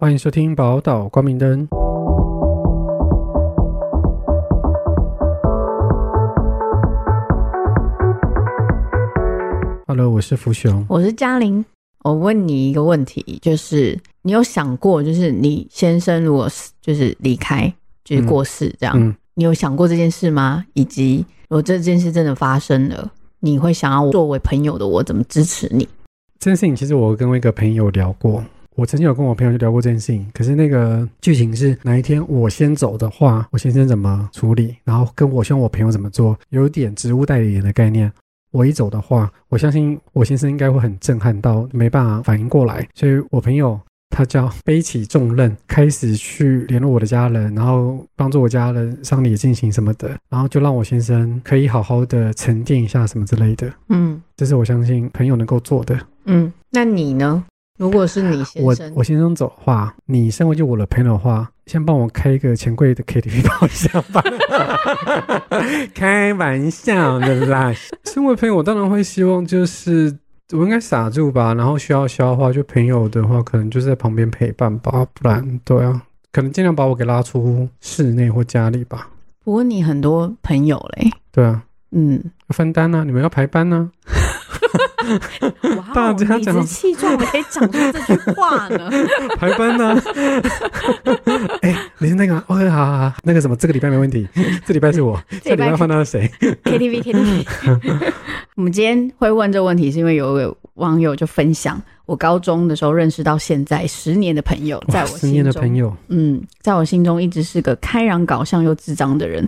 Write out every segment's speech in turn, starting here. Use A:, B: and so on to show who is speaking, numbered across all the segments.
A: 欢迎收听《宝岛光明灯》。Hello，我是福雄。
B: 我是嘉玲。我问你一个问题，就是你有想过，就是你先生如果是就是离开，就是过世这样，
A: 嗯，
B: 你有想过这件事吗？以及如果这件事真的发生了，你会想要作为朋友的我怎么支持你？
A: 这件事情其实我跟我一个朋友聊过，我曾经有跟我朋友聊过这件事情。可是那个剧情是哪一天我先走的话，我先生怎么处理，然后跟我希望我朋友怎么做，有点职务代理人的概念。我一走的话，我相信我先生应该会很震撼到没办法反应过来，所以我朋友。他叫背起重任，开始去联络我的家人，然后帮助我家人丧礼进行什么的，然后就让我先生可以好好的沉淀一下什么之类的，
B: 嗯
A: 这是我相信朋友能够做的。
B: 嗯，那你呢？如果是你先
A: 我
B: 生，
A: 我先生走的话，你身为就我的朋友的话，先帮我开一个钱柜的 KTV 包厢吧。 开玩笑的啦，身为朋友，我当然会希望就是我应该傻住吧，然后需要消化。就朋友的话，可能就是在旁边陪伴吧，不然对啊，可能尽量把我给拉出室内或家里吧。
B: 不过你很多朋友嘞，
A: 对啊，
B: 嗯，
A: 要分担啊，你们要排班啊。
B: 哇
A: 大家
B: 理直
A: 讲
B: 气壮的可以讲出这句 话呢。
A: 排班呢、 哎、你是那个吗？OK，好好好，那个什么，这个礼拜没问题，这礼拜是我，这
B: 这礼拜
A: 礼拜换到谁？
B: KTV KTV。我们今天会问这个问题，是因为有一位网友就分享，我高中的时候认识到现在十年的朋友，在
A: 哇
B: 我
A: 十
B: 心
A: 年
B: 中，
A: 的朋友，
B: 嗯，在我心中一直是个开朗、搞笑又智障的人。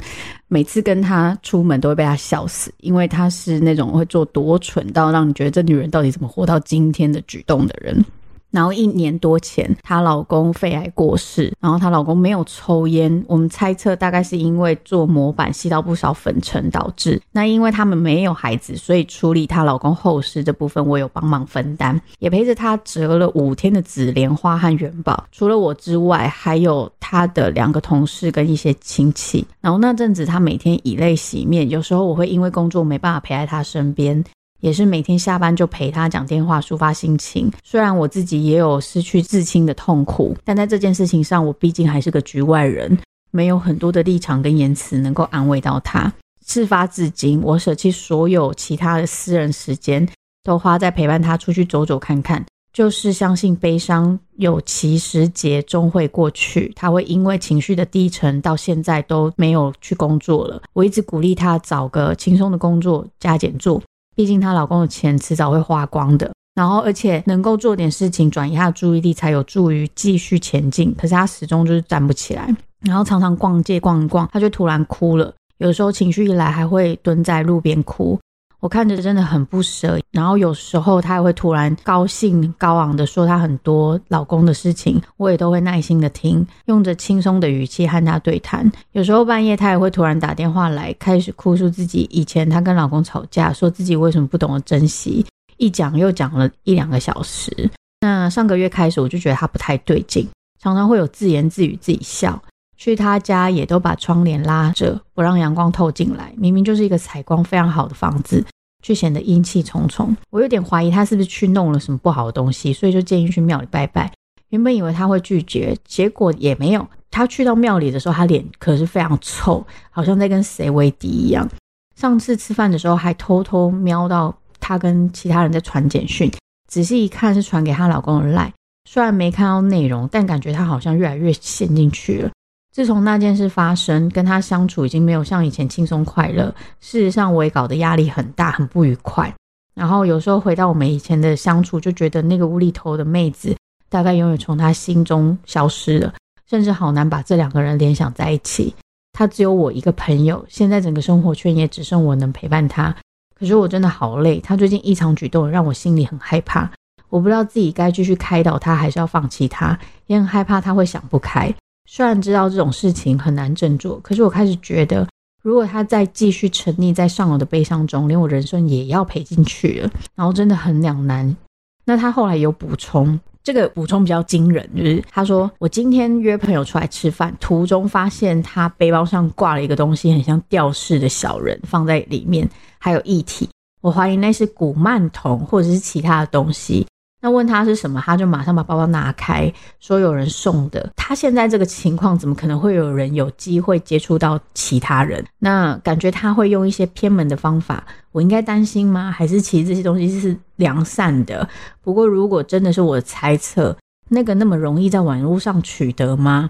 B: 每次跟他出门都会被他笑死，因为他是那种会做多蠢到让你觉得这女人到底怎么活到今天的举动的人。然后一年多前，她老公肺癌过世，然后她老公没有抽烟，我们猜测大概是因为做模板吸到不少粉尘导致。那因为他们没有孩子，所以处理她老公后事这部分我有帮忙分担，也陪着她折了五天的紫莲花和元宝。除了我之外，还有她的两个同事跟一些亲戚。然后那阵子她每天以泪洗面，有时候我会因为工作没办法陪在她身边，也是每天下班就陪他讲电话抒发心情。虽然我自己也有失去至亲的痛苦，但在这件事情上，我毕竟还是个局外人，没有很多的立场跟言辞能够安慰到他。事发至今，我舍弃所有其他的私人时间，都花在陪伴他出去走走看看。就是相信悲伤有其时节终会过去，他会因为情绪的低沉到现在都没有去工作了。我一直鼓励他找个轻松的工作加减做，毕竟她老公的钱迟早会花光的。然后，而且能够做点事情转移她的注意力，才有助于继续前进。可是她始终就是站不起来，然后常常逛街逛一逛，她就突然哭了。有时候情绪一来，还会蹲在路边哭。我看着真的很不舍。然后有时候她也会突然高兴高昂的说她很多老公的事情，我也都会耐心的听，用着轻松的语气和她对谈。有时候半夜她也会突然打电话来，开始哭诉自己以前她跟老公吵架，说自己为什么不懂得珍惜，一讲又讲了一两个小时。那上个月开始，我就觉得她不太对劲，常常会有自言自语，自己笑。去她家也都把窗帘拉着，不让阳光透进来。明明就是一个采光非常好的房子，却显得阴气重重。我有点怀疑他是不是去弄了什么不好的东西，所以就建议去庙里拜拜。原本以为他会拒绝，结果也没有。他去到庙里的时候，他脸可是非常臭，好像在跟谁为敌一样。上次吃饭的时候，还偷偷瞄到他跟其他人在传简讯，仔细一看是传给她老公的赖。虽然没看到内容，但感觉她好像越来越陷进去了。自从那件事发生，跟她相处已经没有像以前轻松快乐，事实上，我也搞得压力很大，很不愉快。然后有时候回到我们以前的相处，就觉得那个无厘头的妹子大概永远从他心中消失了，甚至好难把这两个人联想在一起。他只有我一个朋友，现在整个生活圈也只剩我能陪伴他。可是我真的好累，他最近异常举动让我心里很害怕。我不知道自己该继续开导他，还是要放弃他，也很害怕他会想不开。虽然知道这种事情很难振作，可是我开始觉得如果他再继续沉溺在上游的悲伤中，连我人生也要赔进去了，然后真的很两难。那他后来有补充，这个补充比较惊人，就是他说我今天约朋友出来吃饭，途中发现他背包上挂了一个东西，很像吊饰的小人放在里面，还有液体，我怀疑那是古曼童或者是其他的东西。那问他是什么，他就马上把包包拿开，说有人送的。他现在这个情况，怎么可能会有人有机会接触到其他人？那感觉他会用一些偏门的方法，我应该担心吗？还是其实这些东西是良善的？不过如果真的是我的猜测，那个那么容易在网络上取得吗？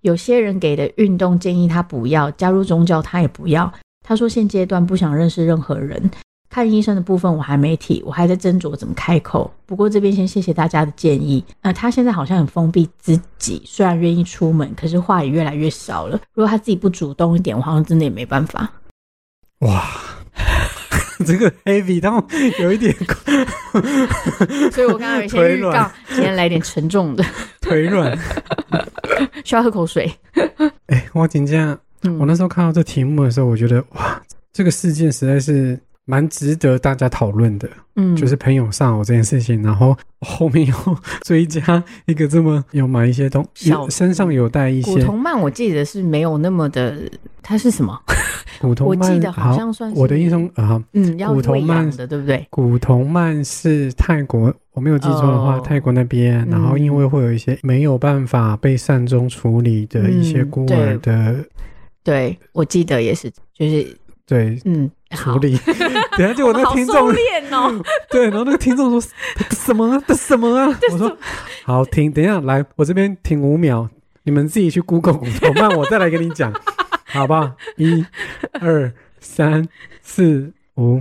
B: 有些人给的运动建议他不要加入宗教，他也不要。他说现阶段不想认识任何人。看医生的部分我还没提，我还在斟酌怎么开口。不过这边先谢谢大家的建议。呃，他现在好像很封闭自己，虽然愿意出门，可是话也越来越少了。如果他自己不主动一点，我好像真的也没办法。
A: 哇， 这个 heavy 到有 一点
B: 所以我刚刚有一 些
A: 腿
B: 预
A: 软
B: 告，今天来点沉重的，
A: 腿软。
B: 需要喝口水。
A: 哎、我紧接着
B: 嗯
A: 我哦那时候看到这题目的时候，我觉得哇，这个事件实在是蛮值得大家讨论的。
B: 嗯
A: 就是朋友上我这件事情，然后后面又追加一个这么有买一些东，
B: 小
A: 身上有带一
B: 古
A: 些
B: 铜曼，我记得是没有那么的，它是什么？
A: 古铜
B: 我
A: 曼，
B: 记得好像算是
A: 我的印象啊，
B: 嗯，要
A: 古铜
B: 喂养
A: 曼
B: 的，对不对？
A: 古铜曼是泰国，我没有记错的话，
B: 哦
A: 泰国那边，然后因为会有一些没有办法被善终处理的一些
B: 嗯
A: 孤
B: 对
A: 儿的、
B: 对，我记得也是，就是
A: 对
B: 嗯，好
A: 处理， 等一下就我那个
B: 好
A: 听
B: 收
A: 众
B: 敛哦。
A: 对，然后那个听众说什么啊？这什么 啊？我说好停，等一下来，我这边停五秒，你们自己去 Google 骨头慢，我再来跟你 讲，好不好？一、二、三、四、五，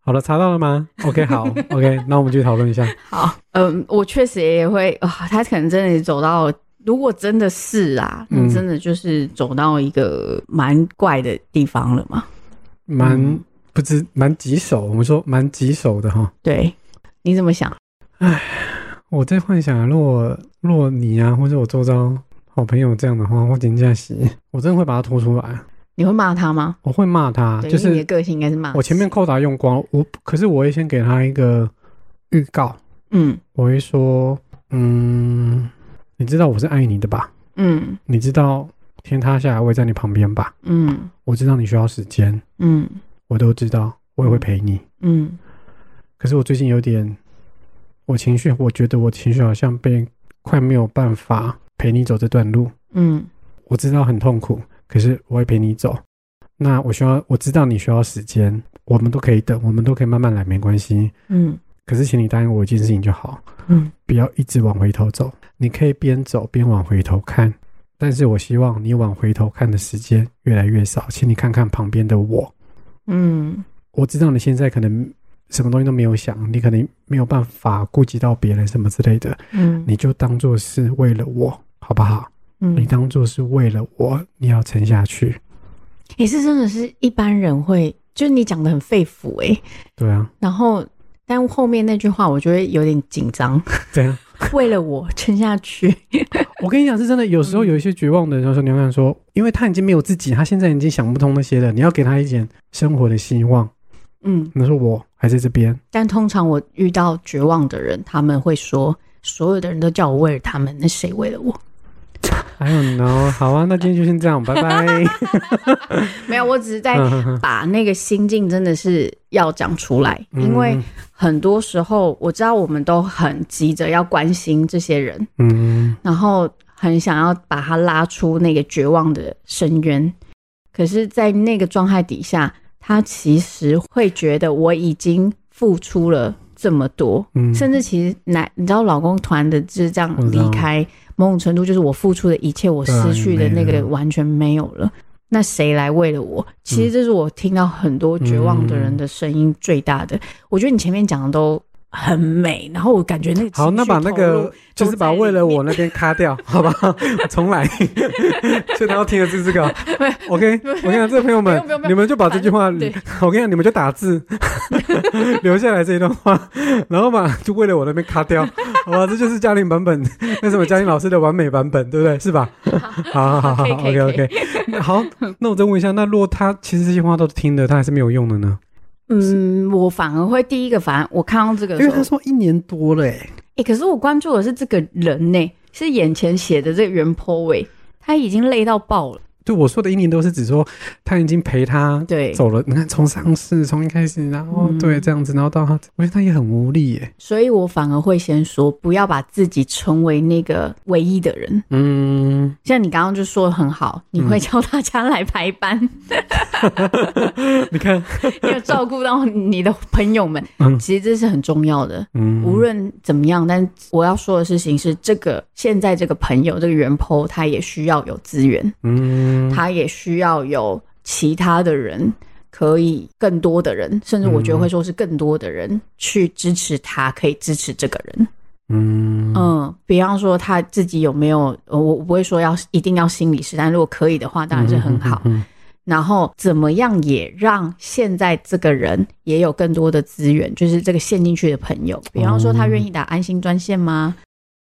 A: 好了，查到了吗？OK，好，OK，那我们继续讨论一下。
B: 好，嗯，我确实也会啊、他可能真的走到，如果真的是啊，
A: 嗯
B: 那真的就是走到一个蛮怪的地方了嘛。
A: 蛮、
B: 嗯
A: 不知蛮棘手，我们说蛮棘手的哈。
B: 对，你怎么想？
A: 我在幻想，如果若你啊，或者我周遭好朋友这样的话，我真的是，我真的会把他拖出来，
B: 你会骂他吗？
A: 我会骂他，
B: 对，
A: 啊就
B: 因
A: 是
B: 为你的个性应该是骂。
A: 我前面，扣打用光，我可是我会先给他一个预告，
B: 嗯
A: 我会说，嗯，你知道我是爱你的吧？
B: 嗯
A: 你知道天塌下来我也在你旁边吧？
B: 嗯
A: 我知道你需要时间，
B: 嗯
A: 我都知道，我也会陪你。
B: 嗯
A: 可是我最近有点，我情绪，我觉得我情绪好像被快没有办法陪你走这段路。
B: 嗯
A: 我知道很痛苦，可是我会陪你走。那我需要，我知道你需要时间，我们都可以等，我们都可以慢慢来，没关系。
B: 嗯
A: 可是请你答应我一件事情就好，
B: 嗯
A: 不要一直往回头走。你可以边走边往回头看，但是我希望你往回头看的时间越来越少，请你看看旁边的我。
B: 嗯
A: 我知道你现在可能什么东西都没有想，你可能没有办法顾及到别人什么之类的，
B: 嗯，
A: 你就当做是为了我，好不好？你
B: 嗯，
A: 当做是为了我，你要撑下去。
B: 也是真的是一般人会，就是你讲的很肺腑哎、
A: 对啊，
B: 然后但后面那句话我就会有点紧张，
A: 啊这样。
B: 为了我撑下去。
A: 我跟你讲，是真的，有时候有一些绝望的人的时候，你要跟他说，因为他已经没有自己，他现在已经想不通那些了，你要给他一点生活的希望。
B: 嗯，
A: 你说我还在这边，
B: 但通常我遇到绝望的人，他们会说，所有的人都叫我为了他们，那谁为了我？
A: 还有哎 no，好啊，那今天就先这样，拜拜。
B: 没有，我只是在
A: 哎嗯
B: 把那个心境真的是要讲出来，
A: 嗯
B: 因为很多时候我知道我们都很急着要关心这些人，
A: 嗯，
B: 然后很想要把他拉出那个绝望的深渊。可是，在那个状态底下，他其实会觉得我已经付出了这么多，
A: 嗯
B: 甚至其实男，你知道，老公团的就是这样
A: 我知道
B: 离开，某种程度就是我付出的一切，我失去的
A: 对啊也
B: 那
A: 没
B: 个
A: 了
B: 完全没有了。那谁来为了我？其实这是我听到很多绝望的人的声音最大的。我觉得你前面讲的都很美，然后我感觉那个
A: 好，
B: 情
A: 那
B: 绪
A: 把那
B: 投入
A: 个就是把为了
B: 都在里
A: 我那边卡掉，好吧，重来。 所以他要听的是这个。OK，我跟你讲，这个朋友们
B: 不用不用不，用
A: 你们就把这句话，
B: 反对
A: 我跟你讲，你们就打字 留下来这一段话， 然后把就为了我那边卡掉，好吧，这就是嘉玲版本，那是我嘉玲老师的完美版本，对不对？是吧？好好好好
B: 可以可以
A: ，OK OK。那好，那我再问一下，那如果他其实这些话都听的，他还是没有用的呢？
B: 嗯，我反而会第一个，反而我看到这个
A: 因
B: 的时
A: 为
B: 候，
A: 他说一年多了，哎，
B: 诶可是我关注的是这个人呢、是眼前写的这个袁颇伟，他已经累到爆了。
A: 就我说的阴影都是指说他已经陪他
B: 对，
A: 走了，你看从上市从一开始，然后、
B: 嗯
A: 对这样子，然后到他，我觉得他也很无力耶。
B: 所以我反而会先说，不要把自己成为那个唯一的人。
A: 嗯，
B: 像你刚刚就说的很好，你会叫大家来排 班，
A: 你看，
B: 要、照顾到你的朋友们，
A: 嗯
B: 其实这是很重要的。
A: 嗯，
B: 无论怎么样，但我要说的事情是，这个现在这个朋友，这个原 PO，他也需要有资源，
A: 嗯，
B: 他也需要有其他的人，可以更多的人，甚至我
A: 嗯
B: 觉得会说是更多的人、去支持他，可以支持这个人。
A: 嗯
B: 嗯，比方说他自己有没有，呃我我不会说要一定要心理师，但如果可以的话，当然是很好。
A: 嗯
B: 然后怎么样也让现在这个人也有更多的资源，就是这个陷进去的朋友，比方说他愿意打安心专线吗？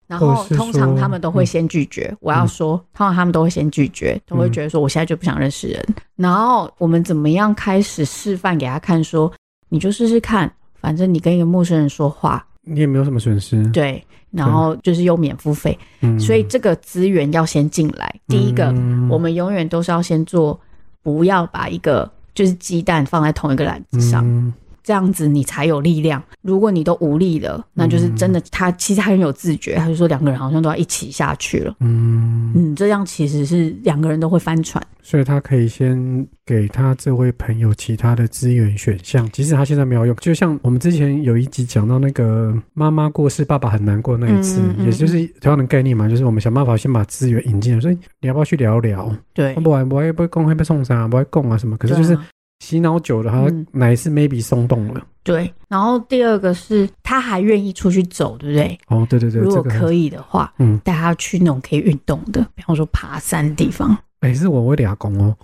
B: 然
A: 或
B: 后
A: 哦是说嗯
B: 通常他们都会先拒绝。我要说，通常他们都会先拒绝，都会觉得说我现在就不想认识人。然后我们怎么样开始示范给他看说，你就试试看，反正你跟一个陌生人说话，
A: 嗯你也没有什么损失，
B: 对，然后就是又免付费，
A: 嗯
B: 所以这个资源要先进来。第一个，
A: 嗯
B: 我们永远都是要先做，不要把一个就是鸡蛋放在同一个篮子上，
A: 嗯
B: 这样子你才有力量。如果你都无力了，那就是真的他其实他很有自觉，他就说两个人好像都要一起下去了。
A: 嗯，
B: 嗯，这样其实是两个人都会翻船。
A: 所以他可以先给他这位朋友其他的资源选项，即使他现在没有用。就像我们之前有一集讲到那个妈妈过世，爸爸很难过那一次，
B: 嗯嗯嗯
A: 也就是同样的概念嘛，就是我们想办法先把资源引进来，所以你要不要去聊聊？
B: 对，
A: 不会不会不会供会被送啥，不会供啊什么，可是就
B: 对
A: 是
B: 啊
A: 洗脑久了，他
B: 嗯
A: 哪一次 maybe 松动了？
B: 对。然后第二个是他还愿意出去走，对不对？
A: 哦，对对对，
B: 如
A: 这
B: 果
A: 个很
B: 可以的话，
A: 嗯
B: 带他去那种可以运动的，比方说爬山的地方。
A: 哎、是我会俩拱哦，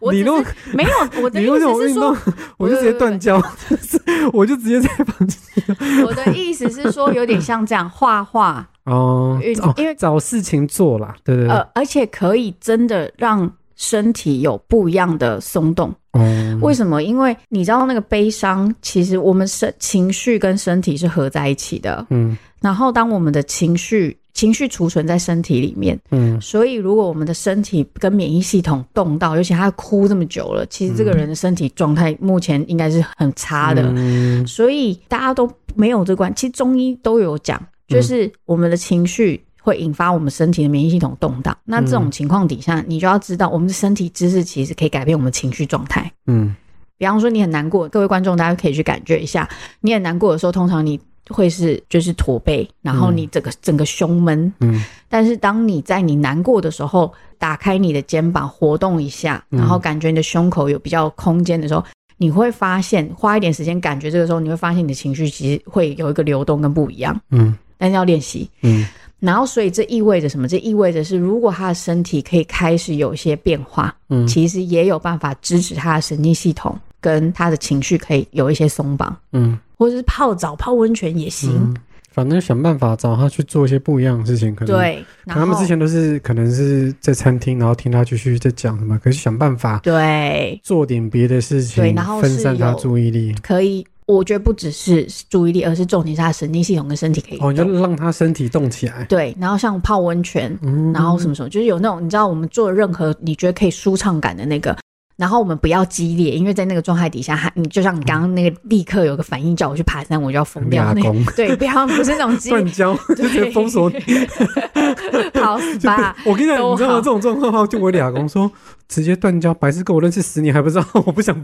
B: 我
A: 你
B: 只
A: 弄
B: 是没有我的
A: 你
B: 意
A: 用这种
B: 思是
A: 运
B: 说
A: 动，，我就直接断交，就是我就直接在房间
B: 我的意思是说，有点像这样画画，
A: 哦
B: 运
A: 哦，
B: 因为
A: 找事情做啦，对对对
B: 呃，，而且可以真的让身体有不一样的松动。
A: 哦，
B: 为什么？因为你知道那个悲伤，其实我们身情绪跟身体是合在一起的。
A: 嗯
B: 然后，当我们的情绪情绪储存在身体里面，
A: 嗯
B: 所以如果我们的身体跟免疫系统动到，尤其他哭这么久了，其实这个人的身体状态目前应该是很差的。
A: 嗯
B: 所以大家都没有这关。其实中医都有讲，就是我们的情绪会引发我们身体的免疫系统动荡。那这种情况底下，你就要知道，我们的身体知识其实可以改变我们情绪状态。
A: 嗯
B: 比方说，你很难过，各位观众大家可以去感觉一下，你很难过的时候，通常你会是就是驼背，然后你整个、整个胸闷。
A: 嗯
B: 但是当你在你难过的时候，打开你的肩膀活动一下，
A: 嗯
B: 然后感觉你的胸口有比较空间的时候，你会发现花一点时间感觉这个时候，你会发现你的情绪其实会有一个流动跟不一样，
A: 嗯
B: 但是要练习。
A: 嗯
B: 然后，所以这意味着什么？这意味着是，如果他的身体可以开始有一些变化，
A: 嗯
B: 其实也有办法支持他的神经系统跟他的情绪可以有一些松绑，
A: 嗯
B: 或者是泡澡、泡温泉也行。
A: 嗯，反正想办法找他去做一些不一样的事情，可能。
B: 对，
A: 可能
B: 然后
A: 他们之前都是可能是在餐厅，然后听他继续在讲什么，可是想办法
B: 对
A: 做点别的事情，
B: 对然后是
A: 分散他
B: 有
A: 注意力。
B: 可以，我觉得不只是注意力，而是重点是他神经系统跟身体可以
A: 哦，你就
B: 动
A: 让他身体动起来。
B: 对，然后像泡温泉，
A: 嗯，
B: 然后什么什么，就是有那种你知道我们做任何你觉得可以舒畅感的那个，然后我们不要激烈，因为在那个状态底下，还你就像你刚刚那个立刻有个反应叫我去爬山，我就要疯掉
A: 俩
B: 那个。
A: 拱
B: 对，不要不是那 种激
A: 断
B: 烈，
A: 交，就直接
B: 对，
A: 封锁你。
B: 好 SPA，
A: 我跟你讲，
B: 都
A: 你知道
B: 好
A: 这种状况的话，就我俩公说直接断交，白痴跟我认识十年还不知道， 我不想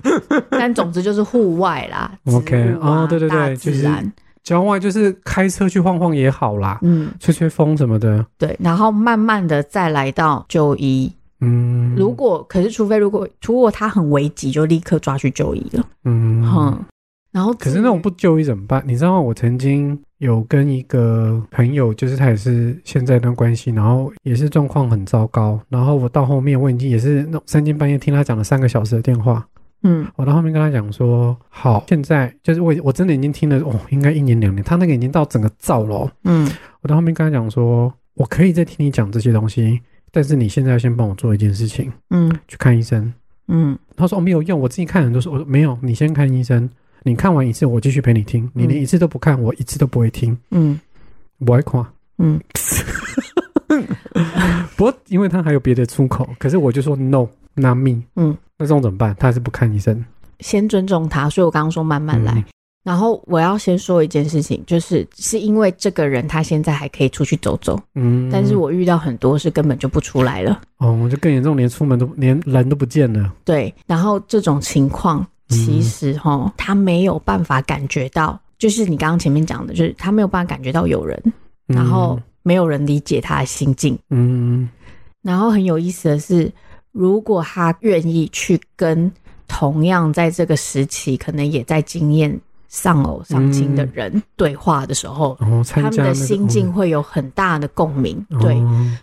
B: 但总之就是户外啦植
A: OK，
B: 物啊
A: 哦对对对
B: 大
A: 就
B: 自
A: 是
B: 然，
A: 郊外，就是开车去晃晃也好啦，
B: 嗯，
A: 吹吹风什么的。
B: 对，然后慢慢的再来到就医，
A: 嗯，
B: 如果可是，除非如果如果他很危急，就立刻抓去就医了。
A: 嗯，
B: 嗯，然后
A: 可是那种不就医怎么办？你知道吗我曾经有跟一个朋友，就是他也是现在一段关系，然后也是状况很糟糕，然后我到后面我已经也是那种三更半夜听他讲了三个小时的电话，
B: 嗯
A: 我到后面跟他讲说，好，现在就是我我真的已经听了哦，应该一年两年，他那个已经到整个燥了哦、
B: 嗯
A: 我到后面跟他讲说，我可以再听你讲这些东西，但是你现在要先帮我做一件事情，
B: 嗯
A: 去看医生。
B: 嗯
A: 他说哦没有用，我自己看很多书。我说没有，你先看医生，你看完一次我继续陪你听，你连一次都不看，我一次都不会听，
B: 嗯
A: 我还看。
B: 嗯，
A: 不过因为他还有别的出口，可是我就说 no not me，
B: 嗯，
A: 那这种怎么办？他还是不看医生，
B: 先尊重他，所以我刚刚说慢慢来。
A: 嗯
B: 然后我要先说一件事情，就是是因为这个人他现在还可以出去走走，
A: 嗯，
B: 但是我遇到很多是根本就不出来了。
A: 哦，我就更严重，连出门都连人都不见了，
B: 对，然后这种情况其实哈、他没有办法感觉到，就是你刚刚前面讲的，就是他没有办法感觉到有人，
A: 嗯
B: 然后没有人理解他的心境。
A: 嗯，
B: 然后很有意思的是，如果他愿意去跟同样在这个时期可能也在经验丧偶、丧亲的人对话的时候，
A: 然后
B: 他
A: 嗯哦参
B: 们
A: 加那个
B: 的心境会有很大的共鸣。
A: 哦
B: 对，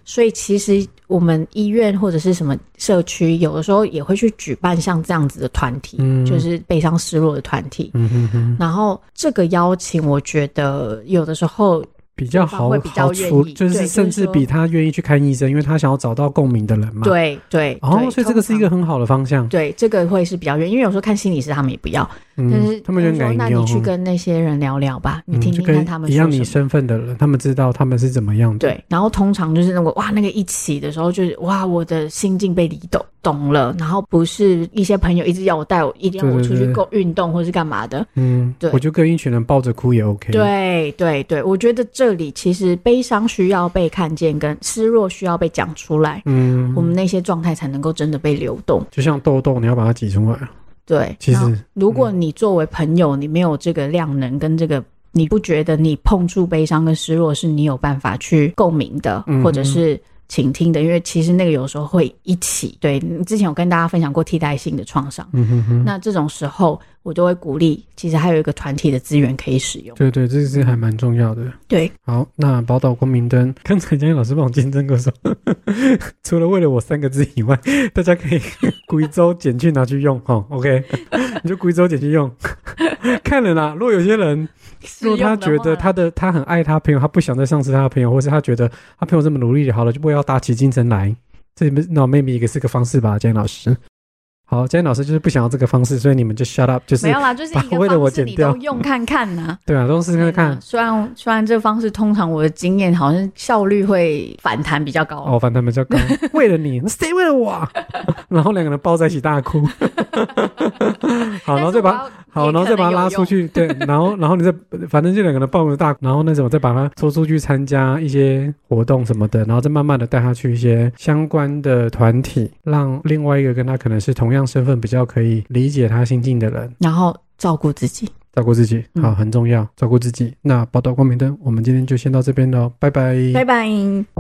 B: 所以其实我们医院或者是什么社区，有的时候也会去举办像这样子的团体，
A: 嗯
B: 就是悲伤失落的团体。
A: 嗯哼哼，
B: 然后这个邀请，我觉得有的时候
A: 比较好
B: 对方会比较
A: 好处
B: 愿意
A: 就
B: 对就是是
A: 甚至
B: 说
A: 比他愿意去看医生，因为他想要找到共鸣的人嘛。，
B: 对对，
A: 哦，
B: 对
A: 所以这个是一个
B: 通常
A: 很好的方向。
B: 对这个会是比较愿意，因为有时候看心理师他们也不要，但是
A: 嗯，他们就
B: 就说
A: 很
B: 那
A: 敢
B: 你
A: 用。
B: 去跟那些人聊聊吧，你
A: 嗯
B: 听
A: 就
B: 听
A: 跟
B: 看他们
A: 一样你
B: 说什么。
A: 身份的人，他们知道他们是怎么样的。
B: 对，然后通常就是那个哇，那个一起的时候，就是哇，我的心境被理懂懂了，然后不是一些朋友一直要我带我，一定要我
A: 对对
B: 出去
A: 对
B: 够运动或是干嘛的，
A: 嗯，
B: 对
A: 我就跟一群人抱着哭也 OK。，
B: 对对对，我觉得这里其实悲伤需要被看见，跟失落需要被讲出来，
A: 嗯
B: 我，们那些状态才能够真的被流动。
A: 就像痘痘，你要把它挤出来。
B: 对，
A: 其实
B: 然后如果你作为朋友，你没有这个量能跟这个。你不觉得你碰触悲伤跟失落是你有办法去共鸣的，
A: 嗯哼
B: 或者是倾听的？因为其实那个有时候会一起。对，之前有跟大家分享过替代性的创伤，
A: 嗯哼哼，
B: 那这种时候我都会鼓励，其实还有一个团体的资源可以使用。
A: 对对，这是还蛮重要的。
B: 对，
A: 好，那宝岛光明灯，刚才江毅老师帮我见证过说， 除了为了我三个字以外，大家可以 贵州剪去拿去用哈、o k 你就贵州剪去用， 看了啦。如果有些人，如果他觉得他的他很爱他朋友，他不想再丧失他的朋友，或是他觉得他朋友这么努力，好了，就不要打起精神来，这不是那 maybe 一个是个方式吧，江毅老师。好，江毅老师就是不想要这个方式，所以你们就 shut up，就是
B: 没有啦，就是一
A: 把为了
B: 个
A: 我
B: 方式，
A: 剪
B: 你
A: 掉
B: 都用看看呐、
A: 对啊，都试试看看。
B: 虽然虽然这方式通常我的经验好像效率会反弹比较高，
A: 哦，反弹比较高。 为了你，那谁为了我 啊？然后两个人抱在一起大哭。 好，然后再把好，然后再把他拉出。去，对，然后然后你再反正就两个人抱着大，然后那种再把他抽出去参加一些活动什么的，然后再慢慢的带他去一些相关的团体，让另外一个跟他可能是同样身份比较可以理解他心境的人
B: 然后照顾自己，
A: 照顾自己，
B: 嗯
A: 好，很重要，照顾自己。那宝岛光明灯，我们今天就先到这边喽，拜拜
B: 拜拜。